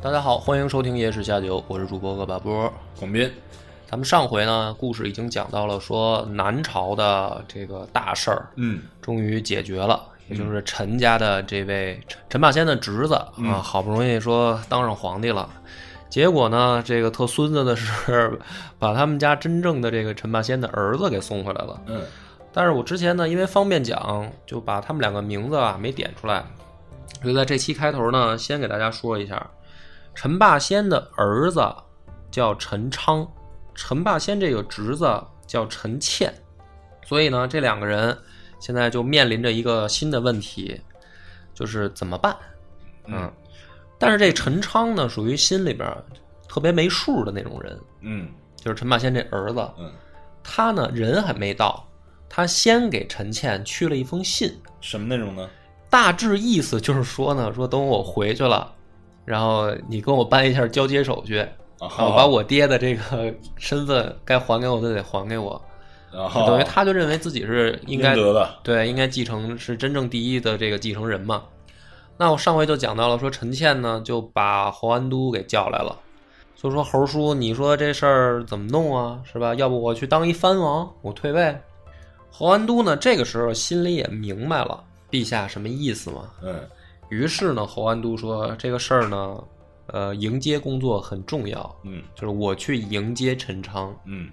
大家好，欢迎收听《野史下酒》，我是主播恶把波。广斌，咱们上回呢，故事已经讲到了，说南朝的这个大事儿嗯，终于解决了，也就是陈家的这位陈陈霸先的侄子啊，好不容易说当上皇帝了。结果呢，这个特孙子的是 把他们家真正的这个陈霸先的儿子给送回来了。嗯，但是我之前呢，因为方便讲，就把他们两个名字啊没点出来，所以在这期开头呢，先给大家说一下，陈霸先的儿子叫陈昌，陈霸先这个侄子叫陈倩，所以呢，这两个人现在就面临着一个新的问题，就是怎么办？嗯，但是这陈昌呢，属于心里边特别没数的那种人，嗯，就是陈霸先这儿子，嗯，他呢人还没到，他先给陈倩去了一封信，什么内容呢？大致意思就是说呢，说等我回去了，然后你跟我办一下交接手续，啊，我把我爹的这个身份该还给我的得还给我，啊，等于他就认为自己是应该得的，对应该继承是真正第一的这个继承人嘛。那我上回就讲到了，说陈倩呢就把侯安都给叫来了。就说猴叔，你说这事儿怎么弄啊？是吧？要不我去当一藩王，我退位。侯安都呢，这个时候心里也明白了陛下什么意思嘛。嗯于是呢，侯安都说这个事儿呢，呃，迎接工作很重要，嗯就是我去迎接陈昌。嗯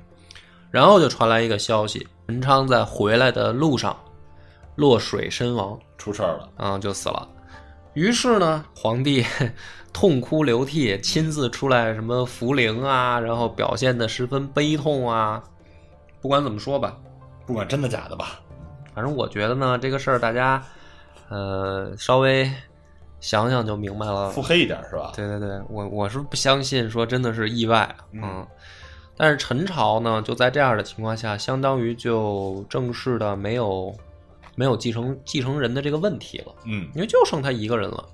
然后就传来一个消息，陈昌在回来的路上落水身亡，出事儿了，啊、就死了。于是呢，皇帝 痛哭流涕，亲自出来什么扶灵啊，然后表现的十分悲痛啊。不管怎么说吧，不管真的假的吧，反正我觉得呢，这个事儿大家呃稍微想想就明白了。腹黑一点是吧？对对对，我我是不相信说真的是意外，啊嗯但是陈朝呢，就在这样的情况下，相当于就正式的没有没有继承继承人的这个问题了，嗯因为就剩他一个人了。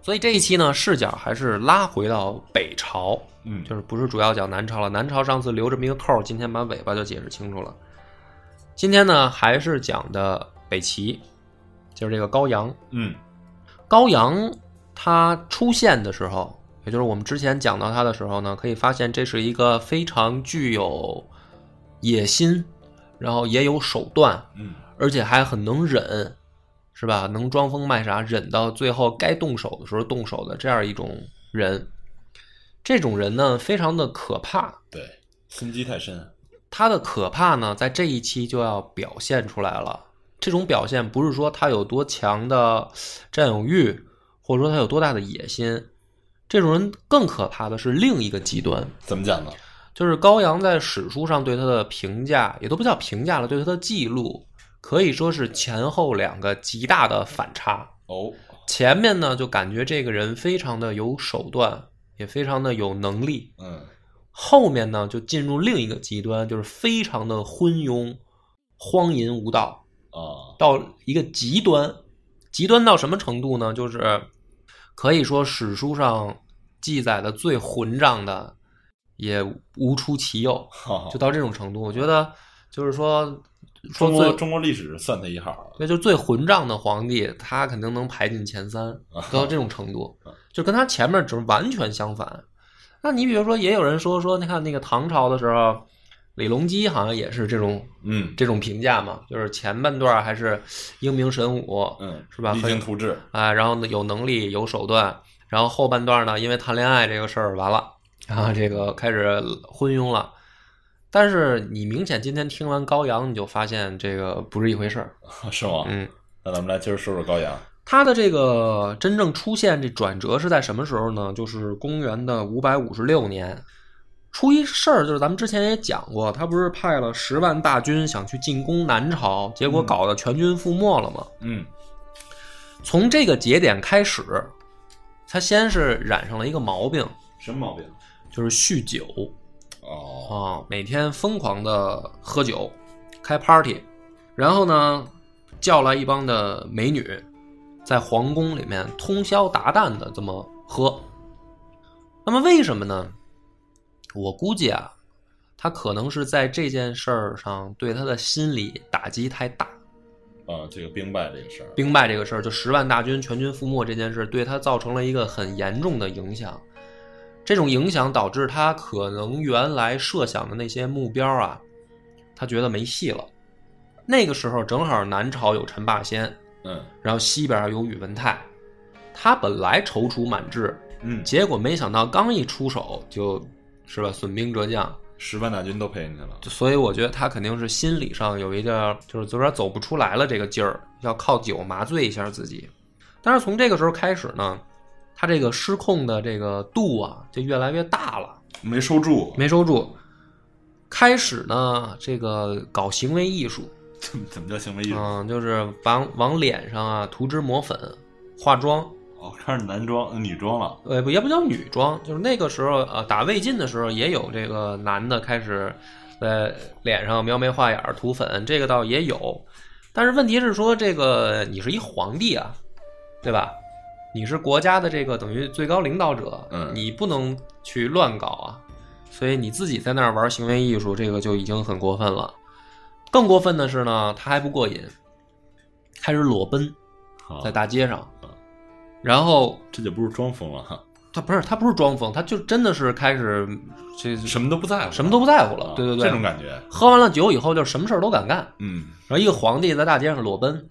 所以这一期呢，视角还是拉回到北朝，嗯，就是不是主要讲南朝了。南朝上次留这么一个扣儿，今天把尾巴就解释清楚了。今天呢，还是讲的北齐，就是这个高阳。嗯高阳它出现的时候，也就是我们之前讲到它的时候呢，可以发现这是一个非常具有野心，然后也有手段，嗯而且还很能忍，是吧？能装疯卖傻，忍到最后该动手的时候动手的这样一种人。这种人呢，非常的可怕。对，心机太深，他的可怕呢，在这一期就要表现出来了。这种表现不是说他有多强的占有欲，或者说他有多大的野心。这种人更可怕的是另一个极端，怎么讲呢？就是高阳在史书上对他的评价，也都不叫评价了，对他的记录可以说是前后两个极大的反差。哦，前面呢，就感觉这个人非常的有手段，也非常的有能力，嗯后面呢就进入另一个极端，就是非常的昏庸、荒淫无道，啊，到一个极端。极端到什么程度呢？就是可以说史书上记载的最混账的，也无出其右，哈哈就到这种程度。我觉得就是说，说中国最中国历史算他一号，对，就最混账的皇帝，他肯定能排进前三，啊都到这种程度，就跟他前面只是完全相反。那你比如说，也有人说说，你看那个唐朝的时候，李隆基好像也是这种嗯这种评价嘛，就是前半段还是英明神武，嗯，是吧励精图治， 啊，然后呢有能力有手段，然后后半段呢，因为谈恋爱这个事儿完了，啊，这个开始昏庸了。但是你明显今天听完高阳，你就发现这个不是一回事儿，是吗？嗯。那咱们来接着说说高阳，他的这个真正出现这转折是在什么时候呢？就是公元的五百五十六年，出一事儿，就是咱们之前也讲过，他不是派了十万大军想去进攻南朝，结果搞得全军覆没了吗？嗯从这个节点开始，他先是染上了一个毛病，什么毛病？啊就是酗酒哦，啊，每天疯狂的喝酒，开 party，然后呢，叫来一帮的美女，在皇宫里面通宵达旦的这么喝。那么为什么呢？我估计啊，他可能是在这件事儿上对他的心理打击太大，啊，这个兵败这个事儿，兵败这个事儿，就十万大军全军覆没这件事，对他造成了一个很严重的影响。这种影响导致他可能原来设想的那些目标啊，他觉得没戏了。那个时候正好南朝有陈霸先，嗯然后西边有宇文泰，他本来踌躇满志，嗯，结果没想到刚一出手就是吧，损兵折将，十万大军都陪进去了，所以我觉得他肯定是心理上有一个，就是有点走不出来了这个劲儿，要靠酒麻醉一下自己。但是从这个时候开始呢，他这个失控的这个度啊，就越来越大了，没收住，没收住。开始呢，这个搞行为艺术，怎么怎么叫行为艺术？嗯，就是往往脸上啊涂脂抹粉、化妆，哦，开始男装、呃女装了，呃，不也不叫女装，就是那个时候呃，打魏晋的时候也有这个男的开始，呃，脸上描眉画眼儿涂粉，这个倒也有，但是问题是说这个你是一皇帝啊，对吧？你是国家的这个等于最高领导者，嗯你不能去乱搞啊，所以你自己在那儿玩行为艺术，这个就已经很过分了。更过分的是呢，他还不过瘾，开始裸奔好在大街上，然后这就不是装疯了哈，他不是他不是装疯，他就真的是开始这什么都不在乎，什么都不在乎了啊，对对对，这种感觉，喝完了酒以后就什么事儿都敢干，嗯然后一个皇帝在大街上裸奔，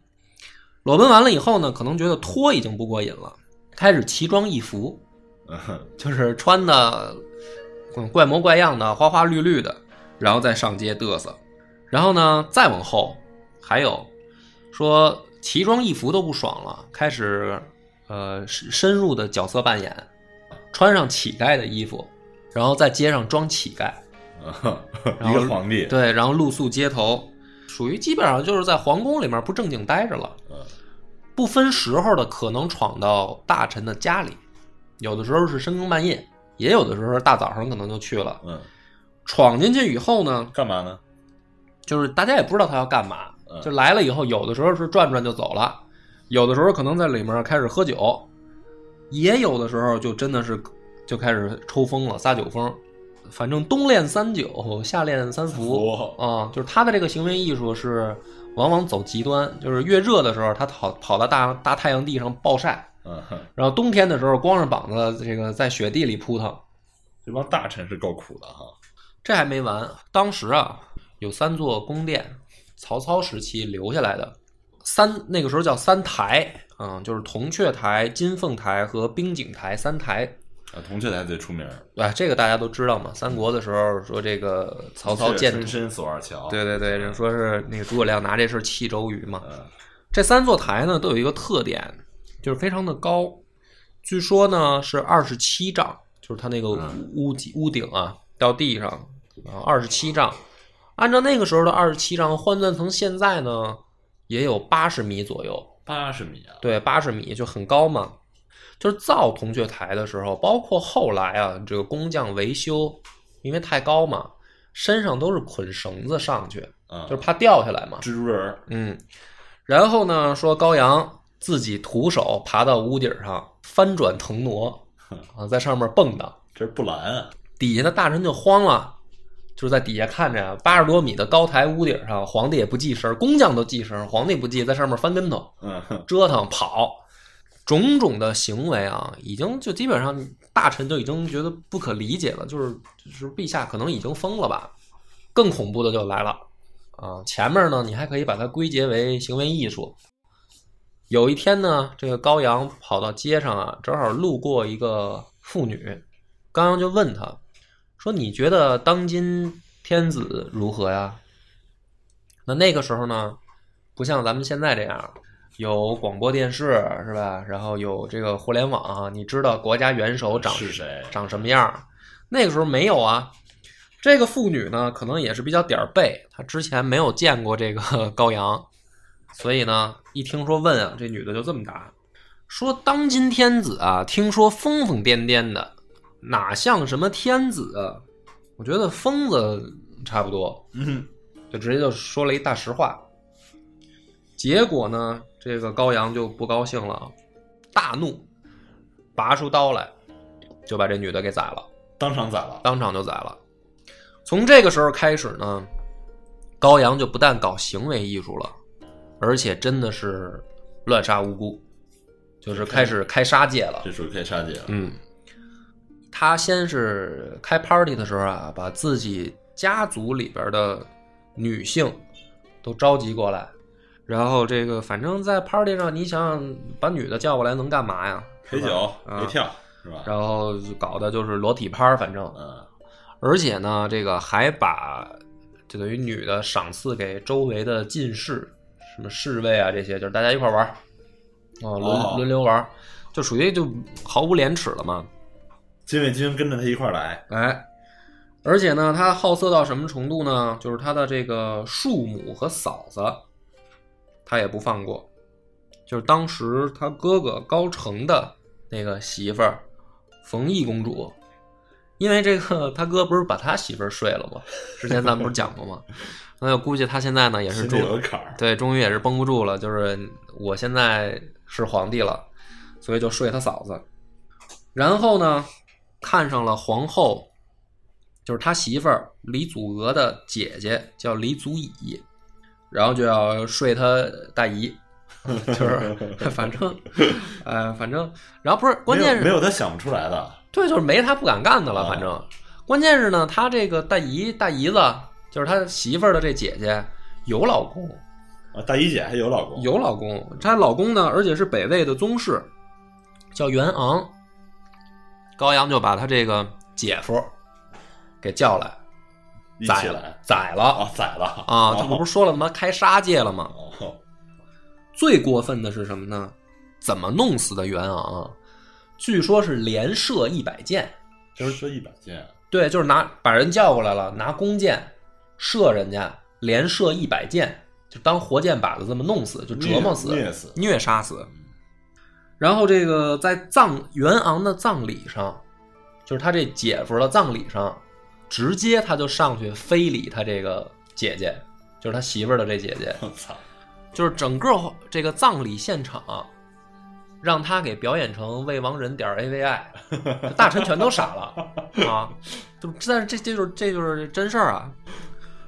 裸奔完了以后呢，可能觉得脱已经不过瘾了，开始奇装异服，嗯哼就是穿的嗯怪模怪样的，花花绿绿的，然后再上街嘚瑟。然后呢，再往后还有说奇装异服都不爽了，开始呃深深入的角色扮演，穿上乞丐的衣服，然后在街上装乞丐，嗯 哼然一后个皇帝，对，然后露宿街头，属于基本上就是在皇宫里面不正经待着了。嗯不分时候的可能闯到大臣的家里，有的时候是深更半夜，也有的时候是大早上可能就去了。嗯，闯进去以后呢，干嘛呢？就是大家也不知道他要干嘛嗯，就来了以后，有的时候是转转就走了，有的时候可能在里面开始喝酒，也有的时候就真的是就开始抽风了，撒酒疯。反正冬练三酒，夏练三伏服啊、就是他的这个行为艺术是往往走极端，就是越热的时候，他跑跑到大大太阳地上暴晒，嗯哼，然后冬天的时候光着膀子，这个在雪地里扑腾。这帮大臣是够苦的哈，这还没完，当时啊有三座宫殿，曹操时期留下来的三，那个时候叫三台，嗯，就是铜雀台、金凤台和冰景台三台。啊，铜雀台最出名儿，哎，这个大家都知道嘛。三国的时候说这个曹操是建，深深锁二乔，对对对，人说是那个诸葛亮拿这事儿气周瑜嘛。嗯，这三座台呢都有一个特点，就是非常的高，据说呢是二十七丈，就是它那个嗯屋脊屋顶啊到地上啊二十七丈，按照那个时候的二十七丈换算成现在呢，也有八十米左右，八十米啊，对，八十米就很高嘛。就是造铜雀台的时候，包括后来啊，这个工匠维修，因为太高嘛，身上都是捆绳子上去，啊，就是怕掉下来嘛。蜘蛛人儿，嗯，然后呢，说高阳自己徒手爬到屋顶上，翻转腾 挪啊，在上面蹦跶，这是布兰啊，底下的大臣就慌了，就是在底下看着呀，八十多米的高台屋顶上，皇帝也不记声，工匠都记声，皇帝不记，在上面翻跟头。嗯哼，折腾跑，种种的行为啊，已经就基本上大臣就已经觉得不可理解了，就是就是陛下可能已经疯了吧。更恐怖的就来了啊，前面呢你还可以把它归结为行为艺术。有一天呢，这个高阳跑到街上啊，正好路过一个妇女，高阳就问她说：“你觉得当今天子如何呀？”那那个时候呢，不像咱们现在这样，有广播电视是吧？然后有这个互联网啊，你知道国家元首长是谁？长什么样儿。那个时候没有啊。这个妇女呢，可能也是比较点儿背，她之前没有见过这个 高阳，所以呢，一听说问啊，这女的就这么答，说当今天子啊，听说疯疯癫癫的，哪像什么天子？啊我觉得疯子差不多，嗯，就直接就说了一大实话。结果呢，这个高阳就不高兴了，啊大怒，拔出刀来，就把这女的给宰了，当场宰了，当场就宰了。从这个时候开始呢，高阳就不但搞行为艺术了，而且真的是乱杀无辜，就是开始开杀戒了。这属于开杀戒了。嗯，他先是开 party 的时候啊，把自己家族里边的女性都召集过来，然后这个反正在 party 上，你想想把女的叫过来能干嘛呀？陪是吧，酒啊陪跳是吧？然后就搞的就是裸体趴，反正，嗯， 而且呢，这个还把就等于女的赏赐给周围的进士、什么侍卫啊这些，就是大家一块玩儿，啊，轮、哦轮流玩儿，就属于就毫无廉耻了嘛。金卫军跟着他一块儿来，哎，而且呢，他好色到什么程度呢？就是他的这个庶母和嫂子，他也不放过。就是当时他哥哥高成的那个媳妇儿冯异公主，因为这个他哥不是把他媳妇儿睡了吗？之前咱们不是讲过 吗？那我估计他现在呢也是心住里有个坎儿，对，终于也是绷不住了，就是我现在是皇帝了，所以就睡他嫂子。然后呢，看上了皇后，就是他媳妇儿李祖娥的姐姐，叫李祖乙，然后就要睡他大姨，就是 反正，呃，反正，然后不是，关键没有是没有他想不出来的，对，就是没他不敢干的了，啊反正。关键是呢，他这个大姨大姨子，就是他媳妇儿的这姐姐，有老公，啊，大姨姐还有老公，有老公，她老公呢，而且是北魏的宗室，叫袁昂。高阳就把他这个姐夫给叫来一宰起了来，哦宰啊了，宰了哦啊！他不是是说了他妈开杀戒了吗？最过分的是什么呢？怎么弄死的袁昂啊？据说是连射一百箭，就是说一百件，对，就是拿把人叫过来了，拿弓箭射人家，连射一百箭，就当活箭靶子这么弄死，就折磨死，虐虐死，虐杀死。然后这个在葬袁昂的葬礼上，就是他这姐夫的葬礼上，直接他就上去非礼他这个姐姐，就是他媳妇儿的这姐姐，我操，就是整个这个葬礼现场，让他给表演成未亡人点儿 AVI，大臣全都傻了啊！就但是这这就是这就是真事儿啊。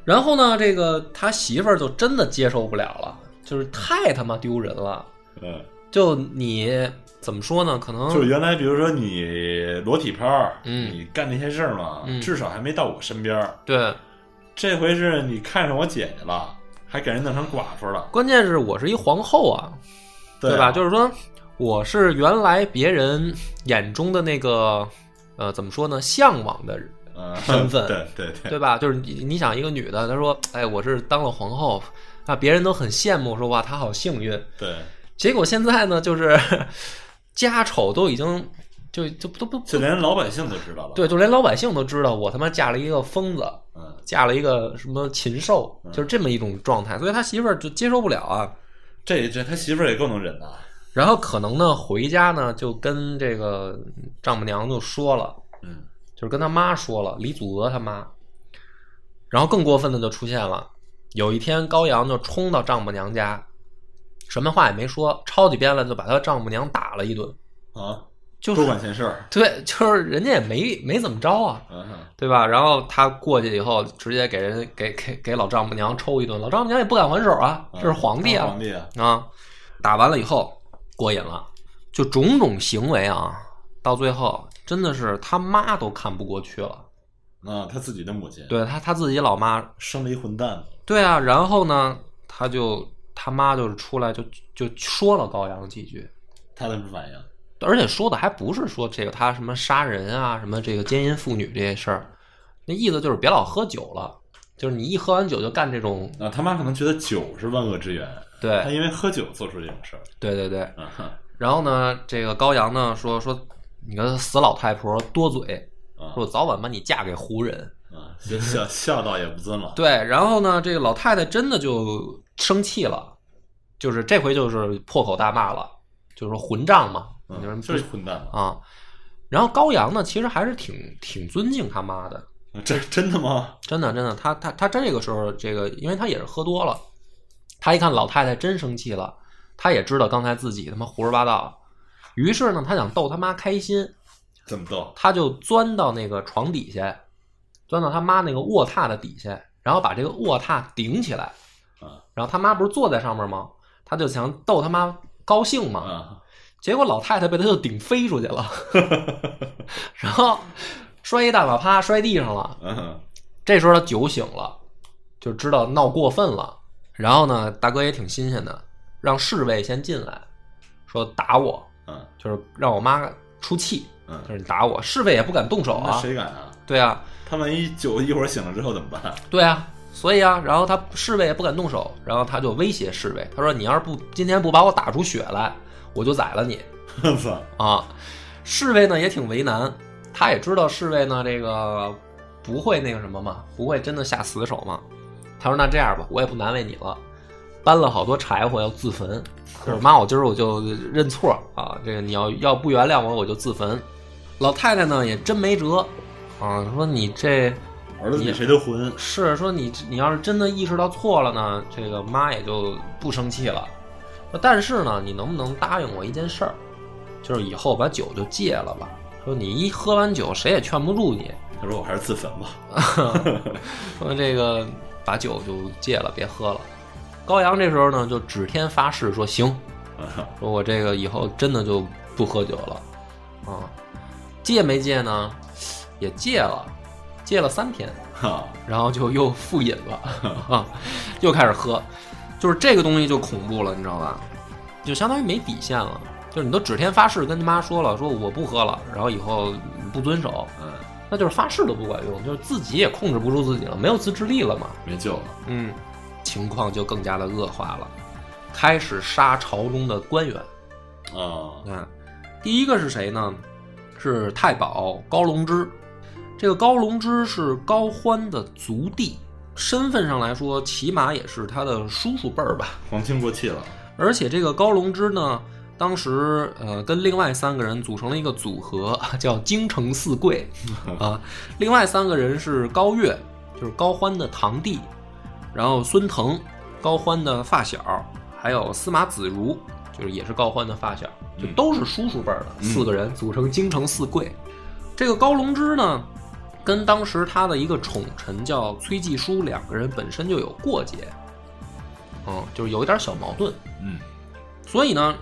然后呢，这个他媳妇儿就真的接受不了了，就是太他妈丢人了。嗯，就你怎么说呢？可能就是原来比如说你裸体泡儿，嗯你干那些事儿嘛嗯，至少还没到我身边儿，对，这回是你看上我姐姐了，还给人弄成寡妇了，关键是我是一皇后啊，对对吧？啊就是说我是原来别人眼中的那个呃，怎么说呢？向往的人，嗯身份对对对，对吧？就是你你想一个女的，她说：“哎，我是当了皇后。”那别人都很羡慕，说哇，她好幸运。对，结果现在呢，就是 家丑都已经就就都不就连老百姓都知道了，对，就连老百姓都知道我他妈嫁了一个疯子，嗯，嫁了一个什么禽兽，就是这么一种状态，所以他媳妇儿就接受不了啊。这这他媳妇儿也够能忍的，然后可能呢，回家呢就跟这个丈母娘就说了，嗯，就是跟他妈说了，李祖娥他妈。然后更过分的就出现了，有一天高阳就冲到丈母娘家，什么话也没说，抄起鞭来就把他丈母娘打了一顿，啊，就多是管闲事儿，对，就是人家也没没怎么着啊，嗯哼，对吧？然后他过去以后，直接给人给给给老丈母娘抽一顿，老丈母娘也不敢还手啊，这是皇帝当啊皇帝啊，啊！打完了以后过瘾了，就种种行为啊，到最后真的是他妈都看不过去了，啊，他自己的母亲，，对他他自己老妈，生了一混蛋嘛，对啊，然后呢，他就他妈就是出来就就说了高阳几句，他的反应，而且说的还不是说这个他什么杀人啊，什么这个奸淫妇女这些事儿，那意思就是别老喝酒了，就是你一喝完酒就干这种，啊，他妈可能觉得酒是万恶之源，他对因为喝酒做出这种事儿，对对对。嗯哼，然后呢，这个高阳呢说说你个死老太婆多嘴，说啊我早晚把你嫁给胡人。啊，就孝孝道也不尊了，对，然后呢，这个老太太真的就生气了，就是这嗯回就是破口大骂了，就是说混账嘛，你说嗯，就是混蛋嘛，啊。然后高阳呢，其实还是挺挺尊敬他妈的，啊这真的吗？真的真的，他他他这个时候这个，因为他也是喝多了，他一看老太太真生气了，他也知道刚才自己他妈胡说八道，于是呢，他想逗他妈开心，怎么逗？他就钻到那个床底下，钻到他妈那个卧榻的底下，然后把这个卧榻顶起来啊。然后他妈不是坐在上面吗？他就想逗他妈高兴嘛。啊，结果老太太被他就顶飞出去 了，然后摔一大马趴摔地上了。嗯，这时候他酒醒了，就知道闹过分了。然后呢，大哥也挺新鲜的，让侍卫先进来，说打我，嗯，就是让我妈出气，嗯就是你打我。侍卫也不敢动手那啊，谁敢啊？对啊，他万一酒一会儿醒了之后怎么办？ 对啊，所以啊，然后他侍卫也不敢动手，然后他就威胁侍卫，他说：“你要是不今天不把我打出血来，我就宰了你我操，啊！”侍卫呢也挺为难，他也知道侍卫呢这个不会那个什么嘛，不会真的下死手嘛。他说：“那这样吧，我也不难为你了。”搬了好多柴火要自焚，就是妈，我今儿我就认错啊！这个你要要不原谅我，我就自焚。老太太呢也真没辙啊，说你这儿子比谁都混，是说你你要是真的意识到错了呢，这个妈也就不生气了。说但是呢，你能不能答应我一件事儿，就是以后把酒就戒了吧？说你一喝完酒，谁也劝不住你。他说我还是自焚吧。 说这个把酒就戒了，别喝了。高阳这时候呢，就指天发誓说行，啊，说我这个以后真的就不喝酒了，啊，戒没戒呢？也戒了，戒了三天。哈，然后就又复饮了， 啊，又开始喝，就是这个东西就恐怖了，你知道吧？就相当于没底线了，就是你都指天发誓跟他妈说了，说我不喝了，然后以后不遵守，嗯，那就是发誓都不管用，就是自己也控制不住自己了，没有自制力了嘛。没救了。嗯，情况就更加的恶化了，开始杀朝中的官员。啊，啊，第一个是谁呢？是太保高隆之。这个高隆之是高欢的族弟，身份上来说，起码也是他的叔叔辈儿吧。皇亲国戚了。而且这个高隆之呢，当时呃跟另外三个人组成了一个组合， 叫京城四贵啊。另外三个人是高岳，就是高欢的堂弟，然后孙腾，高欢的发小，还有司马子如，就是也是高欢的发小，就嗯都是叔叔辈儿的、嗯四个人组成京城四贵。这个高隆之呢，跟当时他的一个宠臣叫崔继书两个人本身就有过节，嗯，就是有一点小矛盾。嗯，所以呢，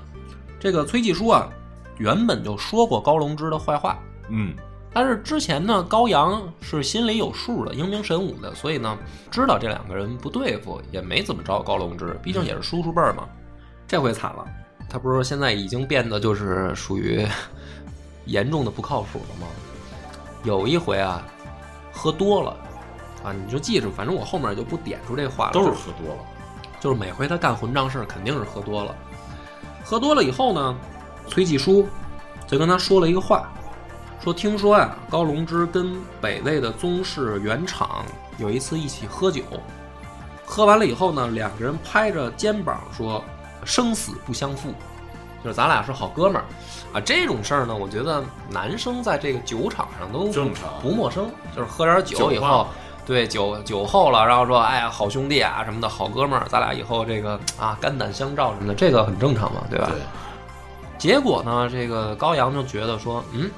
这个崔继书啊，原本就说过高隆之的坏话，嗯，但是之前呢，高阳是心里有数的，英明神武的，所以呢，知道这两个人不对付，也没怎么着高隆之，毕竟也是叔叔辈儿嘛。这回惨了，他不是现在已经变得就是属于严重的不靠谱了吗？有一回啊，喝多了啊，你就记住，反正我后面就不点出这话了，都是就喝多了。就是每回他干混账事儿，肯定是喝多了。喝多了以后呢，崔继书就跟他说了一个话，说听说呀、高隆之跟北魏的宗室袁敞有一次一起喝酒，喝完了以后呢，两个人拍着肩膀说生死不相负，就是咱俩是好哥们儿啊。这种事儿呢，我觉得男生在这个酒场上都正常不陌生，就是喝点酒酒以话后。对酒酒后了，然后说哎呀好兄弟啊什么的，好哥们儿，咱俩以后这个啊肝胆相照什么的，这个很正常嘛，对吧？对，结果呢，这个高阳就觉得说，嗯，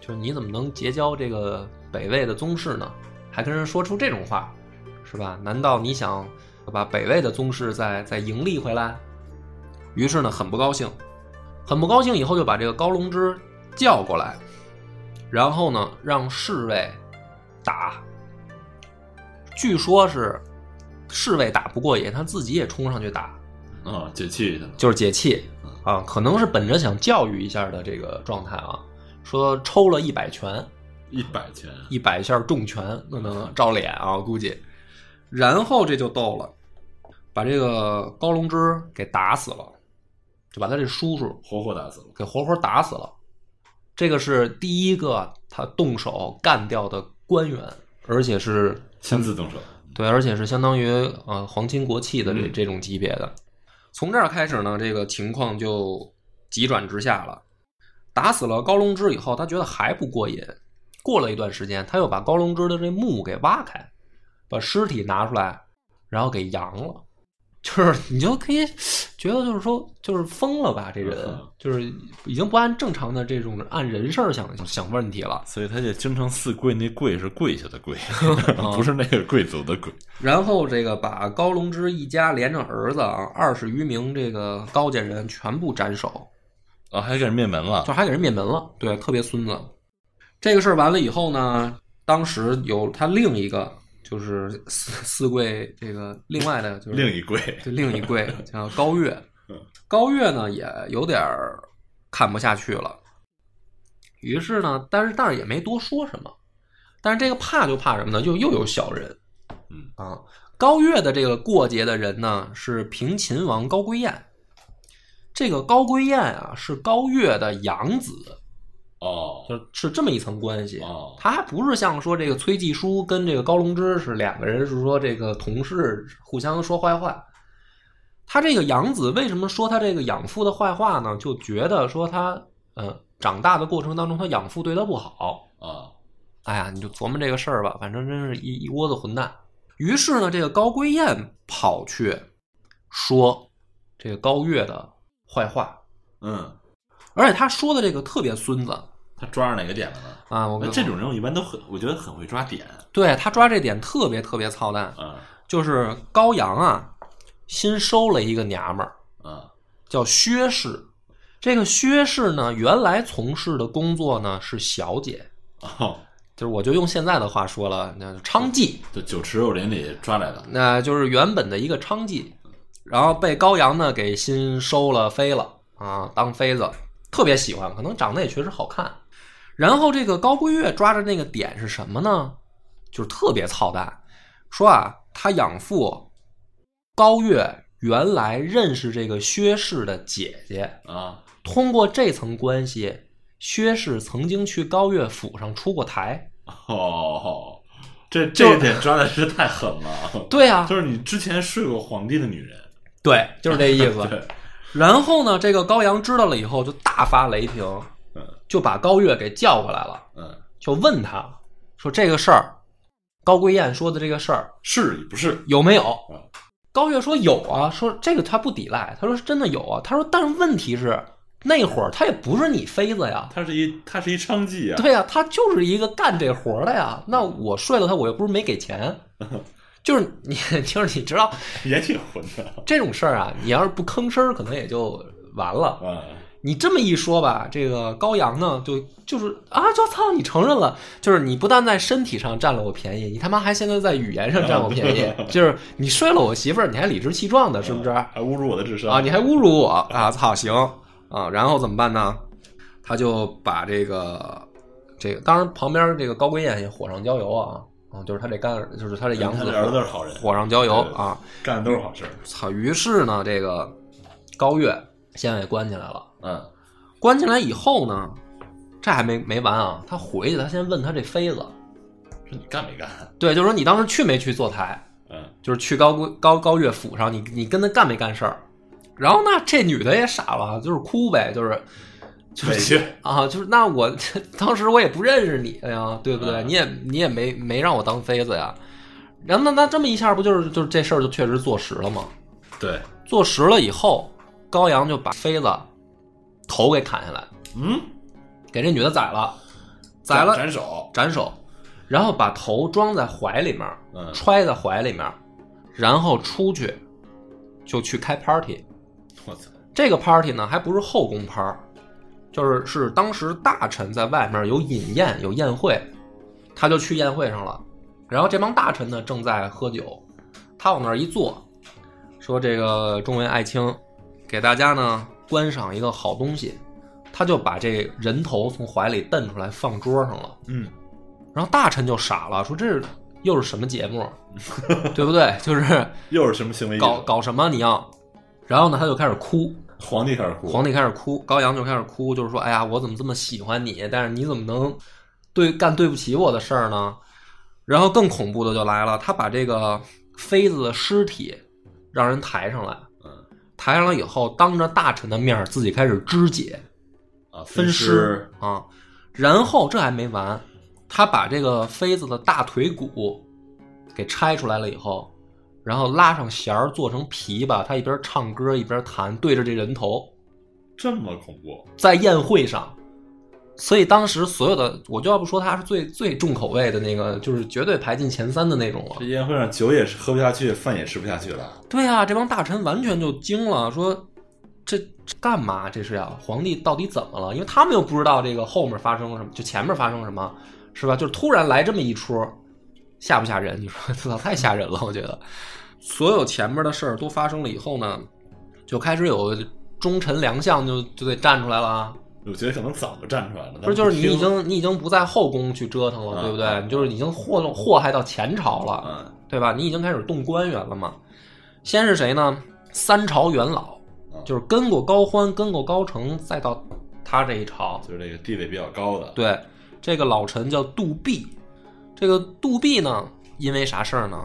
就你怎么能结交这个北魏的宗室呢？还跟人说出这种话，是吧？难道你想把北魏的宗室再再盈利回来？于是呢，很不高兴，很不高兴，以后就把这个高隆之叫过来，然后呢，让侍卫打。据说是侍卫打不过瘾，他自己也冲上去打，啊，解气去了。就是解气啊，可能是本着想教育一下的这个状态啊，说抽了一百拳，一百钱，一百下重拳，那能照脸啊，我估计。 然后这就逗了，把这个高隆之给打死了，就把他这叔叔活活打死了。给活活打死了。这个是第一个他动手干掉的官员，而且是亲自动手。对，而且是相当于呃皇亲国戚的这这种级别的。从这儿开始呢，这个情况就急转直下了。打死了高龙之以后，他觉得还不过瘾。过了一段时间，他又把高龙之的这墓给挖开，把尸体拿出来，然后给扬了。就是你就可以觉得，就是说，就是疯了吧？这人嗯就是已经不按正常的这种按人事儿想想问题了。所以他就京城四贵，那贵是跪下的 跪，啊不是那个贵族的贵。然后这个把高龙之一家连着儿子啊二十余名这个高家人全部斩首，啊，还给人灭门了就还给人灭门了，对，特别孙子。这个事儿完了以后呢，当时有他另一个就是四四贵这个另外的就是另一贵，就另一贵叫高岳，高岳呢也有点儿看不下去了，于是呢，但是但是也没多说什么，但是这个怕就怕什么呢？就又有小人，嗯啊，高岳的这个过节的人呢是平秦王高归燕，这个高归燕啊是高岳的养子，哦就是是这么一层关系。哦他还不是像说这个崔继书跟这个高龙之是两个人，是说这个同事互相说坏话。他这个养子为什么说他这个养父的坏话呢？就觉得说他呃长大的过程当中，他养父对他不好。啊，哎呀，你就琢磨这个事儿吧，反正真是一一窝子混蛋。于是呢，这个高归燕跑去说这个高岳的坏话，嗯，而且他说的这个特别孙子他抓着哪个点了呢？啊！我跟那这种人我一般都很，我觉得很会抓点对他抓这点特别特别操蛋，啊就是高阳啊，新收了一个娘们儿啊叫薛氏。这个薛氏呢，原来从事的工作呢是小姐，哦，就是我就用现在的话说了，那就娼妓，这酒池肉林里抓来的，那就是原本的一个娼妓，然后被高阳呢给新收了妃了啊，当妃子，特别喜欢，可能长得也确实好看。然后这个高桂月抓着那个点是什么呢？就是特别操蛋，说啊，他养父高月原来认识这个薛氏的姐姐，啊通过这层关系，薛氏曾经去高月府上出过台。哦，这这一点抓的是太狠了，对啊，就是你之前睡过皇帝的女人，对， 就是这意思。对，然后呢，这个高阳知道了以后就大发雷霆，嗯就把高月给叫过来了，嗯，就问他说这个事儿，高桂燕说的这个事儿是与不是？有没有嗯？高月说有啊，说这个他不抵赖，他说是真的有啊，他说但是问题是那会儿他也不是你妃子呀，他是一他是一娼妓啊，对呀、他就是一个干这活儿的呀，那我睡了他，我又不是没给钱， 就是你 就是你知道也挺混的，这种事儿啊，你要是不吭声儿，可能也就完了。嗯你这么一说吧，这个高阳呢，就就是啊，就操，你承认了，就是你不但在身体上占了我便宜，你他妈还现在在语言上占我便哦宜，就是你睡了我媳妇儿，你还理直气壮的，是不是？啊，还侮辱我的智商你还侮辱我啊，操，行啊，然后怎么办呢？他就把这个这个，当然旁边这个高桂燕也火上浇油啊，啊，就是他这干，就是他这养他子这嗯儿子是好人，火上浇油对啊，干的都是好事儿，操，于是呢，这个高月先给关起来了。嗯关进来以后呢，这还没没完啊，他回去他先问他这妃子，说你干没干？对，就是说你当时去没去坐台，嗯就是去高贵高高岳府上，你你跟他干没干事儿？然后呢，这女的也傻了，就是哭呗，就是就委是屈啊，就是那我 当时我也不认识你呀，对不对？嗯你也你也没没让我当妃子呀。然后那那这么一下，不就是就是这事儿就确实坐实了吗？对，坐实了以后，高阳就把妃子头给砍下来，嗯，给这女的宰了，宰了斩首，斩首，然后把头装在怀里面，嗯揣在怀里面，然后出去就去开 party。我操，这个 party 呢，还不是后宫趴儿，就是是当时大臣在外面有饮宴有宴会，他就去宴会上了。然后这帮大臣呢正在喝酒，他往那儿一坐，说这个众位爱卿，给大家呢观赏一个好东西，他就把这人头从怀里蹬出来放桌上了。嗯，然后大臣就傻了，说这是又是什么节目， 对不对？就是又是什么行为艺术？搞搞什么你要？然后呢，他就开始哭，皇帝开始哭，皇帝开始哭，高阳就开始哭，就是说，哎呀，我怎么这么喜欢你？但是你怎么能对干对不起我的事儿呢？然后更恐怖的就来了，他把这个妃子的尸体让人抬上来，嗯抬上来以后，当着大臣的面儿自己开始肢解，啊、啊，分尸尸啊。然后这还没完，他把这个妃子的大腿骨给拆出来了以后，然后拉上弦儿做成琵琶，他一边唱歌一边弹，对着这人头，这么恐怖，在宴会上。所以当时所有的，我就要不说他是最最重口味的那个，就是绝对排进前三的那种了这。宴会上酒也是喝不下去，饭也吃不下去了。对啊，这帮大臣完全就惊了，说这这干嘛？这是呀、皇帝到底怎么了？因为他们又不知道这个后面发生了什么，就前面发生了什么，是吧？就是突然来这么一出，吓不吓人？你说 这太吓人了，我觉得。所有前面的事儿都发生了以后呢，就开始有忠臣良相就就得站出来了啊，我觉得可能早就站出来了，不是就是你已但经你已经不在后宫去折腾了，啊对不对？你就是已经祸祸害到前朝了不，听嗯对吧？你已经开始动官员了嘛？先是谁呢？三朝元老，嗯就是跟过高欢，跟过高澄，再到他这一朝。就是这个地位比较高的，对，这个老臣叫杜弼。这个杜弼呢，因为啥事儿呢？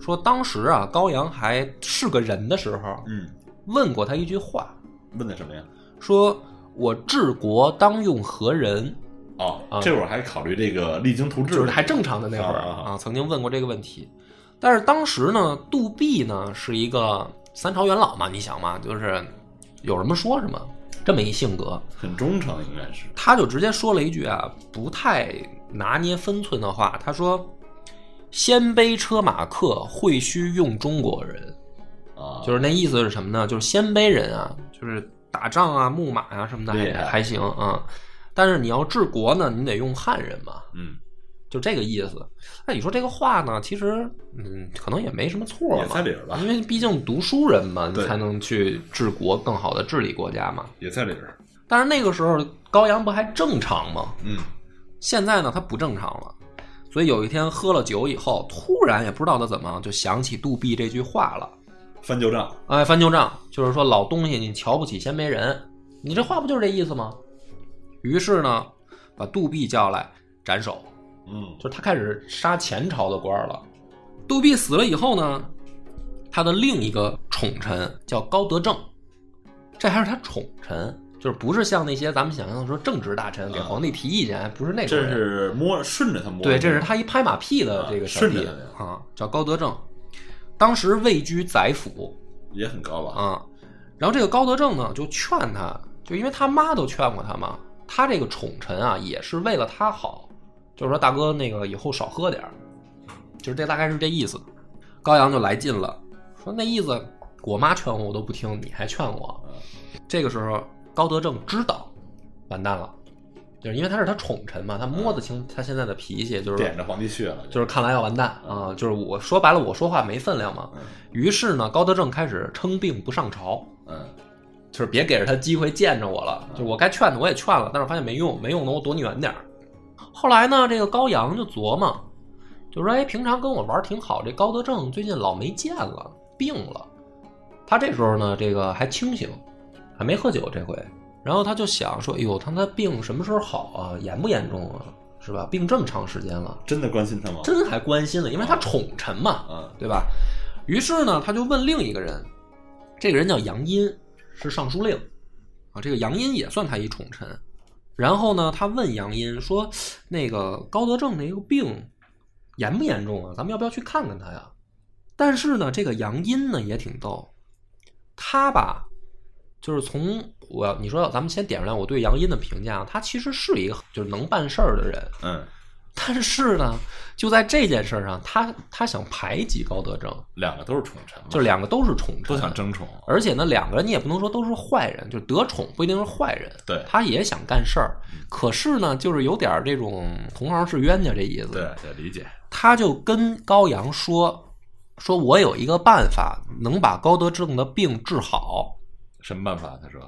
说当时啊，高阳还是个人的时候，嗯，问过他一句话，问的什么呀？说我治国当用何人？哦啊，这会儿还考虑这个励精图治，就是还正常的那会儿啊啊啊，曾经问过这个问题。但是当时呢，杜弼呢是一个三朝元老嘛，你想嘛，就是有什么说什么，这么一性格，很忠诚，应该是他就直接说了一句啊，不太拿捏分寸的话，他说：“鲜卑车马客会须用中国人。”啊，就是那意思是什么呢？就是鲜卑人啊，就是打仗啊、牧马啊什么的厉还害还行啊，但是你要治国呢，你得用汉人嘛。嗯，就这个意思。那你说这个话呢，其实嗯，可能也没什么错也嘛猜，理儿吧因，为毕竟读书人嘛，你对才能去治国，更好的治理国家嘛。也猜理儿，但是那个时候高阳不还正常吗？嗯，现在呢，他不正常了。所以有一天喝了酒以后，突然也不知道他怎么就想起杜弼这句话了。翻旧账，哎，翻旧账，就是说老东西，你瞧不起鲜卑人，你这话不就是这意思吗？于是呢，把杜弼叫来斩首。嗯，就是他开始杀前朝的官儿了。杜弼死了以后呢，他的另一个宠臣叫高德正，这还是他宠臣，就是不是像那些咱们想象的说正直大臣给啊皇帝提意见，还不是那种这人。是摸顺着他摸，对，这是他一拍马屁的啊这个小顺着弟他的啊，叫高德正，当时位居宰府也很高吧，啊。然后这个高德正呢，就劝他，就因为他妈都劝过他嘛，他这个宠臣啊，也是为了他好，就是说大哥那个以后少喝点儿，就是这大概是这意思。高阳就来劲了，说那意思我妈劝我我都不听，你还劝我。嗯这个时候高德正知道完蛋了，就是因为他是他宠臣嘛，他摸得清他现在的脾气，就是点着皇帝去了，就是看来要完蛋啊、就是我说白了我说话没分量嘛。于是呢，高德正开始称病不上朝。嗯，就是别给着他机会见着我了。就我该劝的我也劝了，但是我发现没用，没用的我躲你远点儿。后来呢，这个高阳就琢磨，就说：“哎，平常跟我玩儿挺好，这高德正最近老没见了，病了。他这时候呢，这个还清醒，还没喝酒这回。然后他就想说：‘哎呦，他那病什么时候好啊？严不严重啊？是吧？病这么长时间了，真的关心他吗？真还关心了，因为他宠臣嘛。’嗯，对吧？于是呢，他就问另一个人，这个人叫杨殷，是尚书令啊。这个杨殷也算他一宠臣。然后呢，他问杨殷说：“那个高德正那个病严不严重啊？咱们要不要去看看他呀？”但是呢，这个杨殷呢也挺逗，他吧，就是从我要你说咱们先点出来我对杨殷的评价啊，他其实是一个就是能办事儿的人，嗯，但是呢，就在这件事儿上，他他想排挤高德正，两个都是宠臣嘛，就是两个都是宠臣，都想。争宠，而且呢，两个人你也不能说都是坏人，就是得宠不一定是坏人，对他也想干事儿，可是呢，就是有点儿这种同行是冤家这意思。对，对，理解，他就跟高阳说，说我有一个办法能把高德正的病治好。什么办法？他说，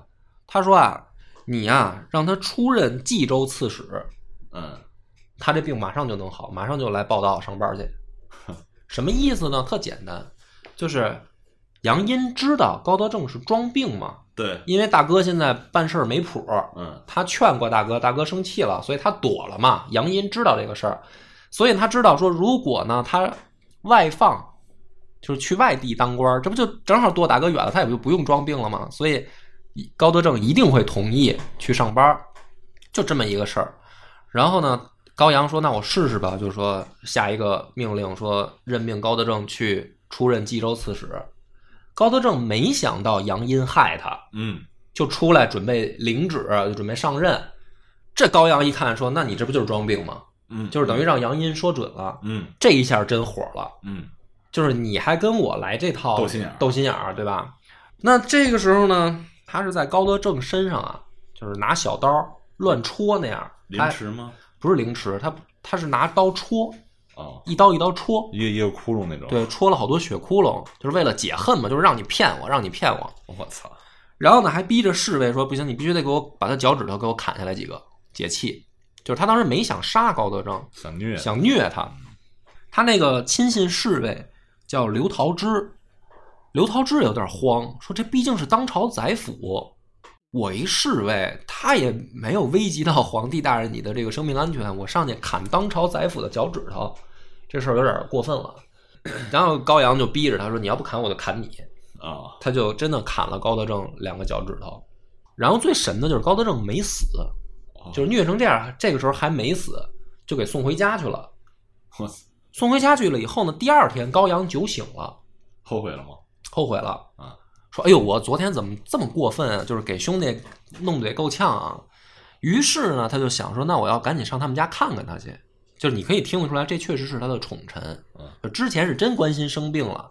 他说啊，你呀、让他出任冀州刺史，嗯，他这病马上就能好，马上就来报道上班去。什么意思呢？特简单，就是杨殷知道高德正是装病嘛，对，因为大哥现在办事儿没谱，嗯，他劝过大哥，大哥生气了，所以他躲了嘛。杨殷知道这个事儿，所以他知道说，如果呢他外放，就是去外地当官儿，这不就正好躲大哥远了，他也就不用装病了嘛。所以高德正一定会同意去上班儿，就这么一个事儿。然后呢，高阳说：“那我试试吧。”就说下一个命令说任命高德正去出任冀州刺史。高德正没想到杨殷害他，嗯，就出来准备领旨，就准备上任。这高阳一看说：“那你这不就是装病吗？嗯，就是等于让杨殷说准了。嗯”这一下真火了。嗯就是你还跟我来这套斗心眼儿斗心眼儿，对吧？那这个时候呢，他是在高德正身上啊，就是拿小刀乱戳那样，凌他迟吗？不是凌迟，他他是拿刀戳，哦，一刀一刀戳，一个一个窟窿那种。，对，戳了好多血窟窿，就是为了解恨嘛，就是让你骗我，让你骗我。我操，然后呢，还逼着侍卫说，不行，你必须得给我把他脚趾头给我砍下来几个解气。就是他当时没想杀高德正，想虐，想虐他。他那个亲信侍卫叫刘桃枝，刘桃枝有点慌，说这毕竟是当朝宰辅，我一侍卫，他也没有危及到皇帝大人你的这个生命安全，我上去砍当朝宰辅的脚趾头，这事儿有点过分了。 然后高阳就逼着他说：“你要不砍，我就砍你。”啊，他就真的砍了高德正两个脚趾头。然后最神的就是高德正没死，就是虐成这样，啊这个时候还没死，就给送回家去了。我操送回家去了以后呢，第二天高阳酒醒了，后悔了吗？后悔了啊，说：“哎呦，我昨天怎么这么过分啊？就是给兄弟弄得也够呛啊。”于是呢，他就想说：“那我要赶紧上他们家看看他去。”就是你可以听得出来，这确实是他的宠臣嗯。就之前是真关心生病了，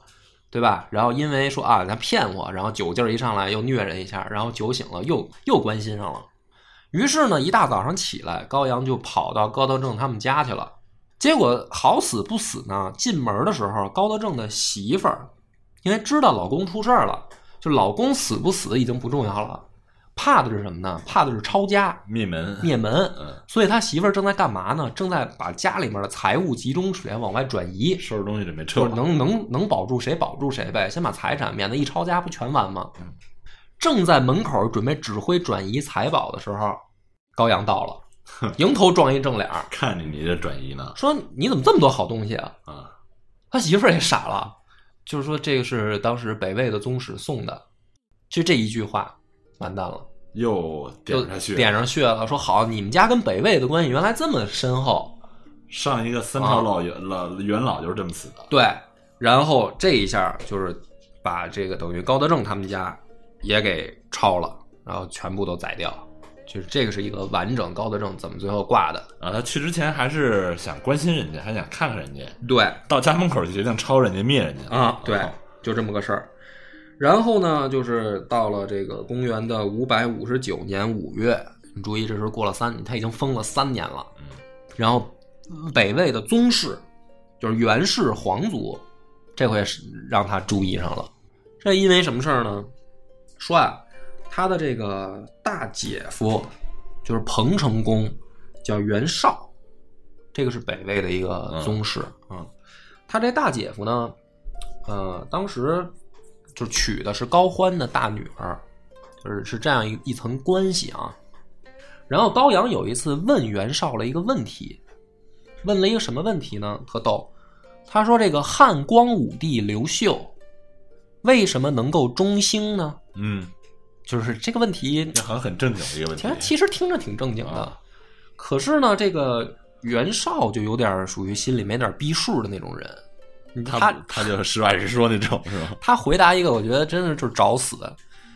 对吧？然后因为说啊，他骗我，然后酒劲儿一上来又虐人一下，然后酒醒了又又关心上了。于是呢，一大早上起来，高阳就跑到高德正他们家去了。结果好死不死呢，进门的时候，高德正的媳妇儿因为知道老公出事儿了，就老公死不死已经不重要了，怕的是什么呢？怕的是抄家灭门，灭门。嗯，所以他媳妇儿正在干嘛呢？正在把家里面的财物集中起来往外转移，收拾东西准备撤就是。了能能能保住谁保住谁呗，先把财产，免得一抄家不全完吗嗯？正在门口准备指挥转移财宝的时候，高阳到了，迎头撞一正脸儿，看着你这转移呢，说你怎么这么多好东西啊？啊，他媳妇儿也傻了，就是说这个是当时北魏的宗室送的，就这一句话，完蛋了，又点就上去，点上血了。说好，你们家跟北魏的关系原来这么深厚，上一个三朝老元老元老就是这么死的，对。然后这一下就是把这个等于高德正他们家也给抄了，然后全部都宰掉。就是这个是一个完整高德正怎么最后挂的，啊，他去之前还是想关心人家，还想看看人家，对，到家门口就决定抄人家灭人家啊，对哦，就这么个事儿。然后呢，就是到了这个公元的五百五十九年五月，你注意，这时候过了三，他已经封了三年了。嗯，然后北魏的宗室，就是源氏皇族，这回是让他注意上了。这因为什么事儿呢？说啊，他的这个大姐夫就是彭城公，叫袁绍，这个是北魏的一个宗室啊、嗯他这大姐夫呢，呃，当时就娶的是高欢的大女儿，就是是这样一一层关系啊。然后高阳有一次问袁绍了一个问题，问了一个什么问题呢？特逗，他说这个汉光武帝刘秀为什么能够中兴呢？嗯，就是这个问题，这好像很正经的一个问其实，题其实听着挺正经的嗯啊，可是呢，这个袁绍就有点属于心里没点逼数的那种人。他他他就是实话实说那种是吧？他回答一个，我觉得真是就是找死。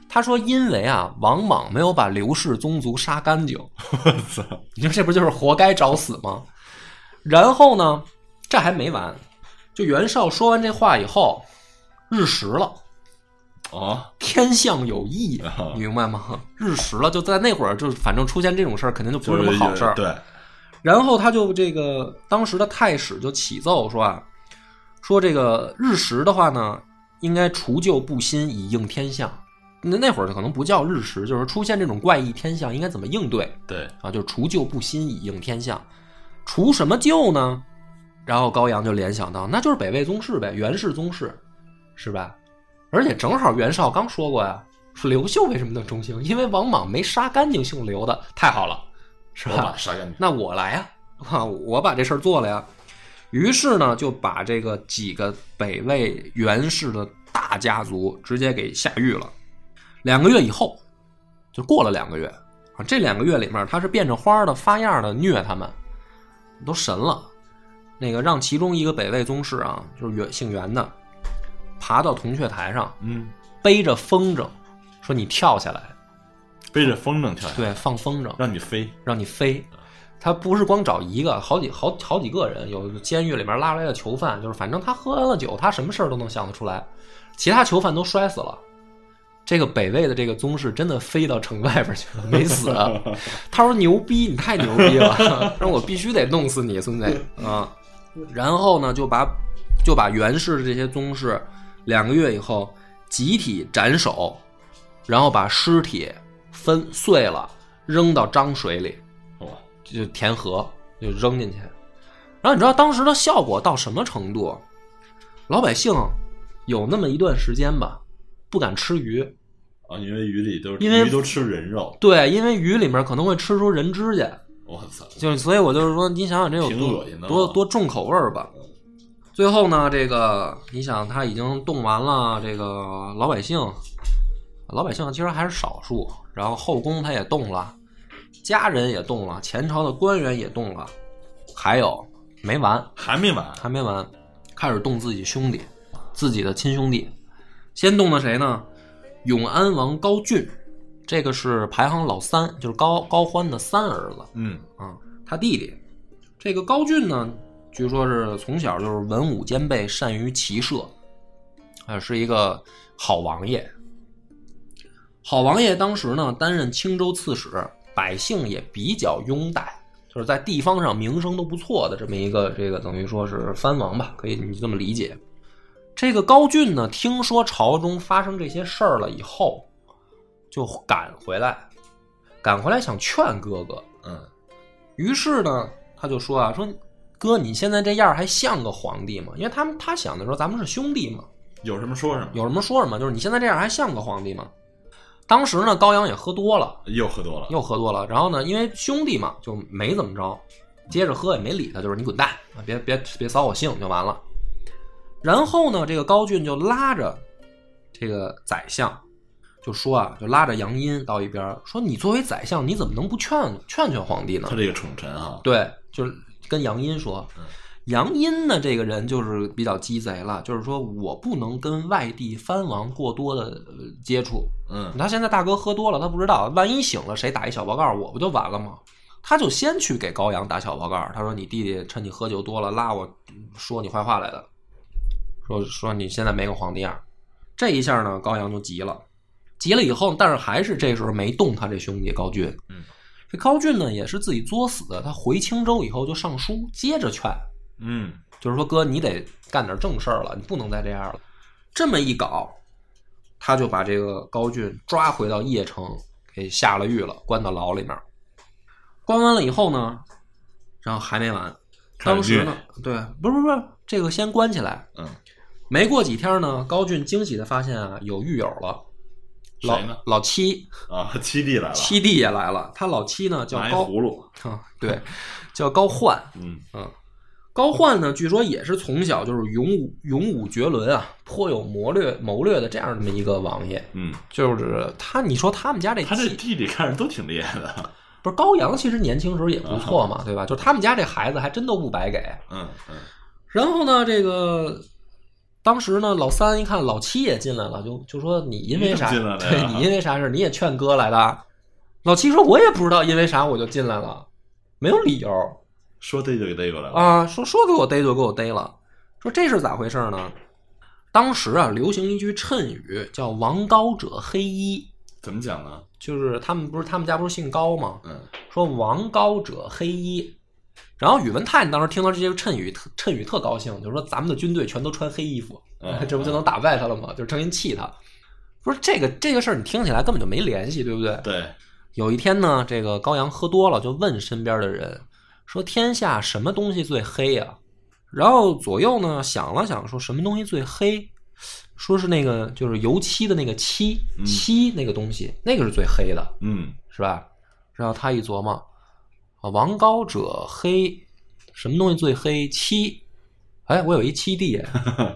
他说：“因为啊，王莽没有把刘氏宗族杀干净，我操，你说这不就是活该找死吗？”然后呢，这还没完，就袁绍说完这话以后，日食了，哦，天象有异，啊你明白吗？日食了，就在那会儿，就是反正出现这种事儿，肯定就不就是什么好事儿。对，然后他就这个当时的太史就起奏说啊，说这个日食的话呢，应该除旧布新以应天象。那那会儿可能不叫日食，就是出现这种怪异天象应该怎么应对对，啊？就是除旧布新以应天象，除什么旧呢？然后高阳就联想到，那就是北魏宗室呗，袁氏宗室，是吧？而且正好袁绍刚说过呀，说刘秀为什么能中兴，因为王莽没杀干净姓刘的，太好了，是我吧？把杀干净，那我来呀、啊，我把这事儿做了呀。于是呢，就把这个几个北魏袁氏的大家族直接给下狱了。两个月以后，就过了两个月啊，这两个月里面他是变着花儿的发样儿的虐他们，都神了。那个让其中一个北魏宗室啊，就是袁姓袁的，爬到铜雀台上，嗯，背着风筝，说你跳下来，背着风筝跳下来，对，放风筝，让你飞，让你飞。他不是光找一个，好几好好几个人，有监狱里面拉出来的囚犯，就是反正他喝完了酒，他什么事儿都能想得出来。其他囚犯都摔死了，这个北魏的这个宗室真的飞到城外边去了，没死。啊他说：“牛逼，你太牛逼了， 让我必须得弄死你，孙子啊！”然后呢，就把就把袁氏的这些宗室两个月以后集体斩首，然后把尸体分碎了扔到漳水里。哇，就填河就扔进去。然后你知道当时的效果到什么程度？老百姓有那么一段时间吧，不敢吃鱼，啊，因为鱼里都因为鱼都吃人肉，对，因为鱼里面可能会吃出人指甲，我操，就是所以我就是说，你想想这有挺多恶心的多啊多重口味儿吧。最后呢，这个你想他已经动完了，这个老百姓，老百姓其实还是少数，然后后宫他也动了，家人也动了，前朝的官员也动了，还有没完，还没完，还没完，开始动自己兄弟，自己的亲兄弟，先动的谁呢？永安王高俊，这个是排行老三，就是高高欢的三儿子。嗯，啊，他弟弟。这个高俊呢，据说是从小就是文武兼备，善于骑射，呃，是一个好王爷。好王爷当时呢担任青州刺史，百姓也比较拥戴，就是在地方上名声都不错的这么一个这个等于说是藩王吧，可以你这么理解。这个高俊呢，听说朝中发生这些事儿了以后，就赶回来，赶回来想劝哥哥，嗯，于是呢，他就说啊，说哥，你现在这样还像个皇帝吗？因为他们他想的时候，咱们是兄弟嘛，有什么说什么，有什么说什么，就是你现在这样还像个皇帝吗？当时呢，高阳也喝多了，又喝多了，又喝多了，然后呢，因为兄弟嘛，就没怎么着，接着喝也没理他，就是你滚蛋啊，别别别扫我兴就完了。然后呢，这个高俊就拉着这个宰相，就说啊，就拉着杨殷到一边儿说，你作为宰相，你怎么能不劝劝劝皇帝呢他？这个宠臣啊，对，就是跟杨殷说嗯，杨殷呢这个人就是比较鸡贼了，就是说我不能跟外地藩王过多的呃接触。嗯，他现在大哥喝多了，他不知道，万一醒了谁打一小报告，我不就完了吗？他就先去给高阳打小报告，他说你弟弟趁你喝酒多了拉我说你坏话来的，说说你现在没个皇帝样儿。啊这一下呢，高阳就急了，急了以后，但是还是这时候没动他这兄弟高俊。嗯，这高俊呢也是自己作死的，他回青州以后就上书，接着劝，嗯，就是说哥，你得干点正事儿了，你不能再这样了。这么一搞，他就把这个高俊抓回到邺城，给下了狱了，关到牢里面。关完了以后呢，然后还没完，看当时呢，对，不是不是不是，这个先关起来。嗯，没过几天呢，高俊惊喜的发现啊，有狱友了，老谁呢老七啊，七弟来了，七弟也来了，他老七呢叫拿一高，葫芦， 对，叫高焕，嗯，嗯，高焕呢，据说也是从小就是勇武勇武绝伦啊，颇有谋略谋略的这样这么一个王爷。嗯，就是他，你说他们家这他这继弟弟看着都挺厉害的，不是高阳，其实年轻时候也不错啊嘛，对吧？就他们家这孩子还真都不白给。嗯嗯，然后呢，这个当时呢，老三一看老七也进来了，就就说你因为啥？你怎么进来的对呀你因为啥事儿？你也劝哥来的？老七说我也不知道因为啥我就进来了，没有理由。说逮就给逮过来了，啊，说说给我逮就给我逮了，说这是咋回事呢？当时啊，流行一句谶语，叫“王高者黑衣怎么讲呢？”，就是他们不是他们家不是姓高吗？嗯，说“王高者黑衣”，然后宇文泰当时听到这些谶语，特谶语特高兴，就说咱们的军队全都穿黑衣服，嗯 这不就能打败他了吗？就是成心气他。不是这个这个事儿，你听起来根本就没联系，对不对？对，有一天呢，这个高阳喝多了，就问身边的人说：“天下什么东西最黑呀、然后左右呢想了想，说什么东西最黑？说是那个就是油漆的那个漆，嗯漆那个东西，那个是最黑的，嗯，是吧？然后他一琢磨，啊，王高者黑，什么东西最黑？漆。哎，我有一七弟，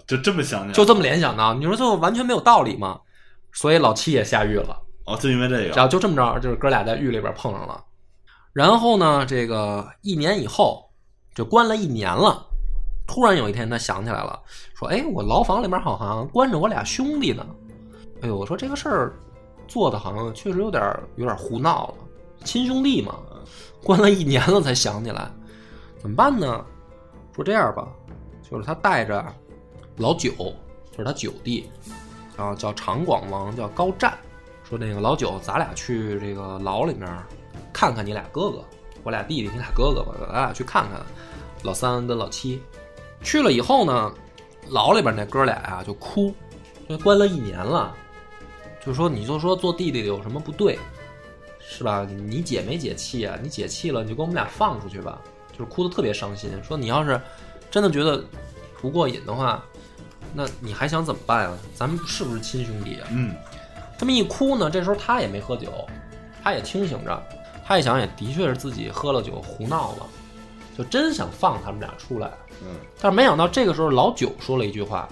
就这么想起来，就这么联想的啊，你说就完全没有道理嘛？所以老七也下狱了。哦，就因为这然个，后就这么着，就是哥俩在狱里边碰上了。然后呢，这个一年以后就关了一年了。突然有一天，他想起来了，说：“哎，我牢房里面好像关着我俩兄弟呢。”哎呦，我说这个事儿做的好像确实有点有点胡闹了，亲兄弟嘛，关了一年了才想起来，怎么办呢？说这样吧，就是他带着老九，就是他九弟，然后叫长广王，叫高湛，说那个老九，咱俩去这个牢里面看看你俩哥哥，我俩弟弟，你俩哥哥吧，咱俩去看看老三跟老七。去了以后呢，牢里边那哥俩呀、就哭，因为关了一年了，就说你就说做弟弟的有什么不对，是吧？你解没解气啊？你解气了，你就给我们俩放出去吧。就是哭得特别伤心，说你要是真的觉得不过瘾的话，那你还想怎么办啊？咱们是不是亲兄弟啊？嗯，这么一哭呢，这时候他也没喝酒，他也清醒着，他一想也的确是自己喝了酒胡闹了，就真想放他们俩出来，嗯，但是没想到这个时候老九说了一句话，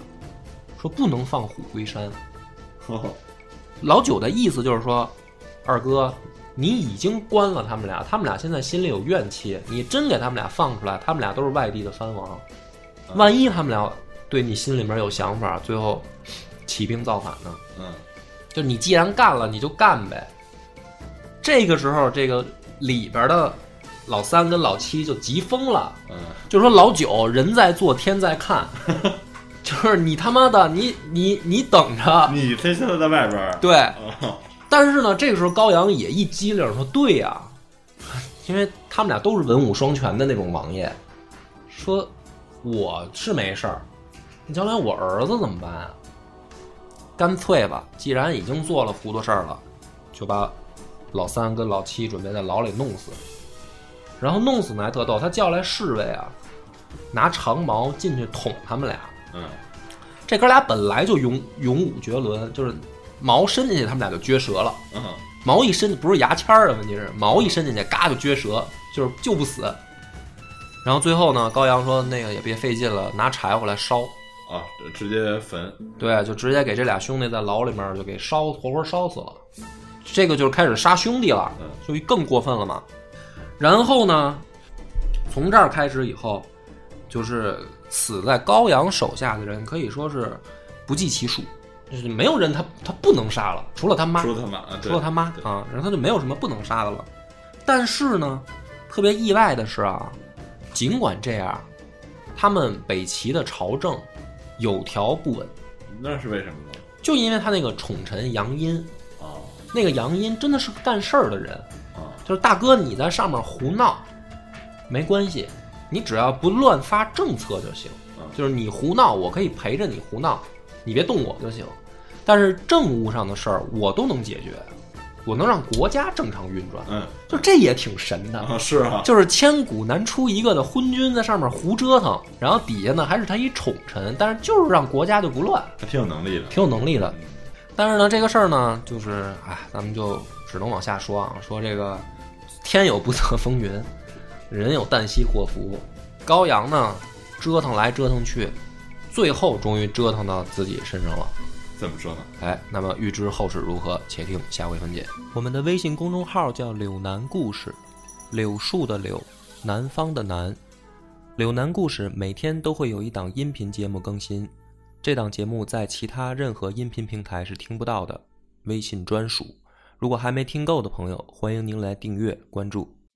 说不能放虎归山。 呵呵老九的意思就是说，二哥，你已经关了他们俩，他们俩现在心里有怨气，你真给他们俩放出来，他们俩都是外地的藩王，万一他们俩对你心里面有想法，最后起兵造反呢？嗯，就是你既然干了，你就干呗。这个时候，这个里边的老三跟老七就急疯了，嗯，就说老九人在做天在看， 就是你他妈的，你你你等着。你这现在在外边儿，对，啊，但是呢，这个时候高阳也一激灵说：“对呀、因为他们俩都是文武双全的那种王爷，说我是没事儿，你将来我儿子怎么办啊？干脆吧，既然已经做了糊涂事儿了，就把老三跟老七准备在牢里弄死。然后弄死呢还特逗，他叫来侍卫啊，拿长矛进去捅他们俩。嗯，这哥俩本来就勇勇武绝伦，就是矛伸进去，他们俩就撅折了。嗯，毛一伸不是牙签儿的问题是毛一伸进去，嘎就撅折，就是就不死。然后最后呢，高阳说那个也别费劲了，拿柴火来烧，啊，直接焚，对，啊就直接给这俩兄弟在牢里面就给烧活活烧死了。这个就是开始杀兄弟了嗯，就更过分了嘛。然后呢，从这儿开始以后，就是死在高阳手下的人可以说是不计其数，就是没有人他他不能杀了，除了他妈。说他妈，啊对除了他妈对啊，然后他就没有什么不能杀的了。但是呢，特别意外的是啊，尽管这样，他们北齐的朝政有条不紊，那是为什么呢？就因为他那个宠臣杨殷，啊那个杨殷真的是个干事儿的人，啊，就是大哥你在上面胡闹，没关系，你只要不乱发政策就行嗯，就是你胡闹，我可以陪着你胡闹，你别动我就行。但是政务上的事儿我都能解决，我能让国家正常运转，嗯，就这也挺神的。啊是啊，就是千古难出一个的昏君在上面胡折腾，然后底下呢还是他一宠臣，但是就是让国家就不乱，他挺有能力的，挺有能力的嗯。但是呢，这个事儿呢，就是哎，咱们就只能往下说啊，说这个天有不测风云，人有旦夕祸福。高阳呢，折腾来折腾去，最后终于折腾到自己身上了。怎么说呢？哎，那么预知后事如何，且听下回分解。我们的微信公众号叫“柳南故事”，柳树的柳，南方的南。柳南故事每天都会有一档音频节目更新，这档节目在其他任何音频平台是听不到的，微信专属。如果还没听够的朋友，欢迎您来订阅关注。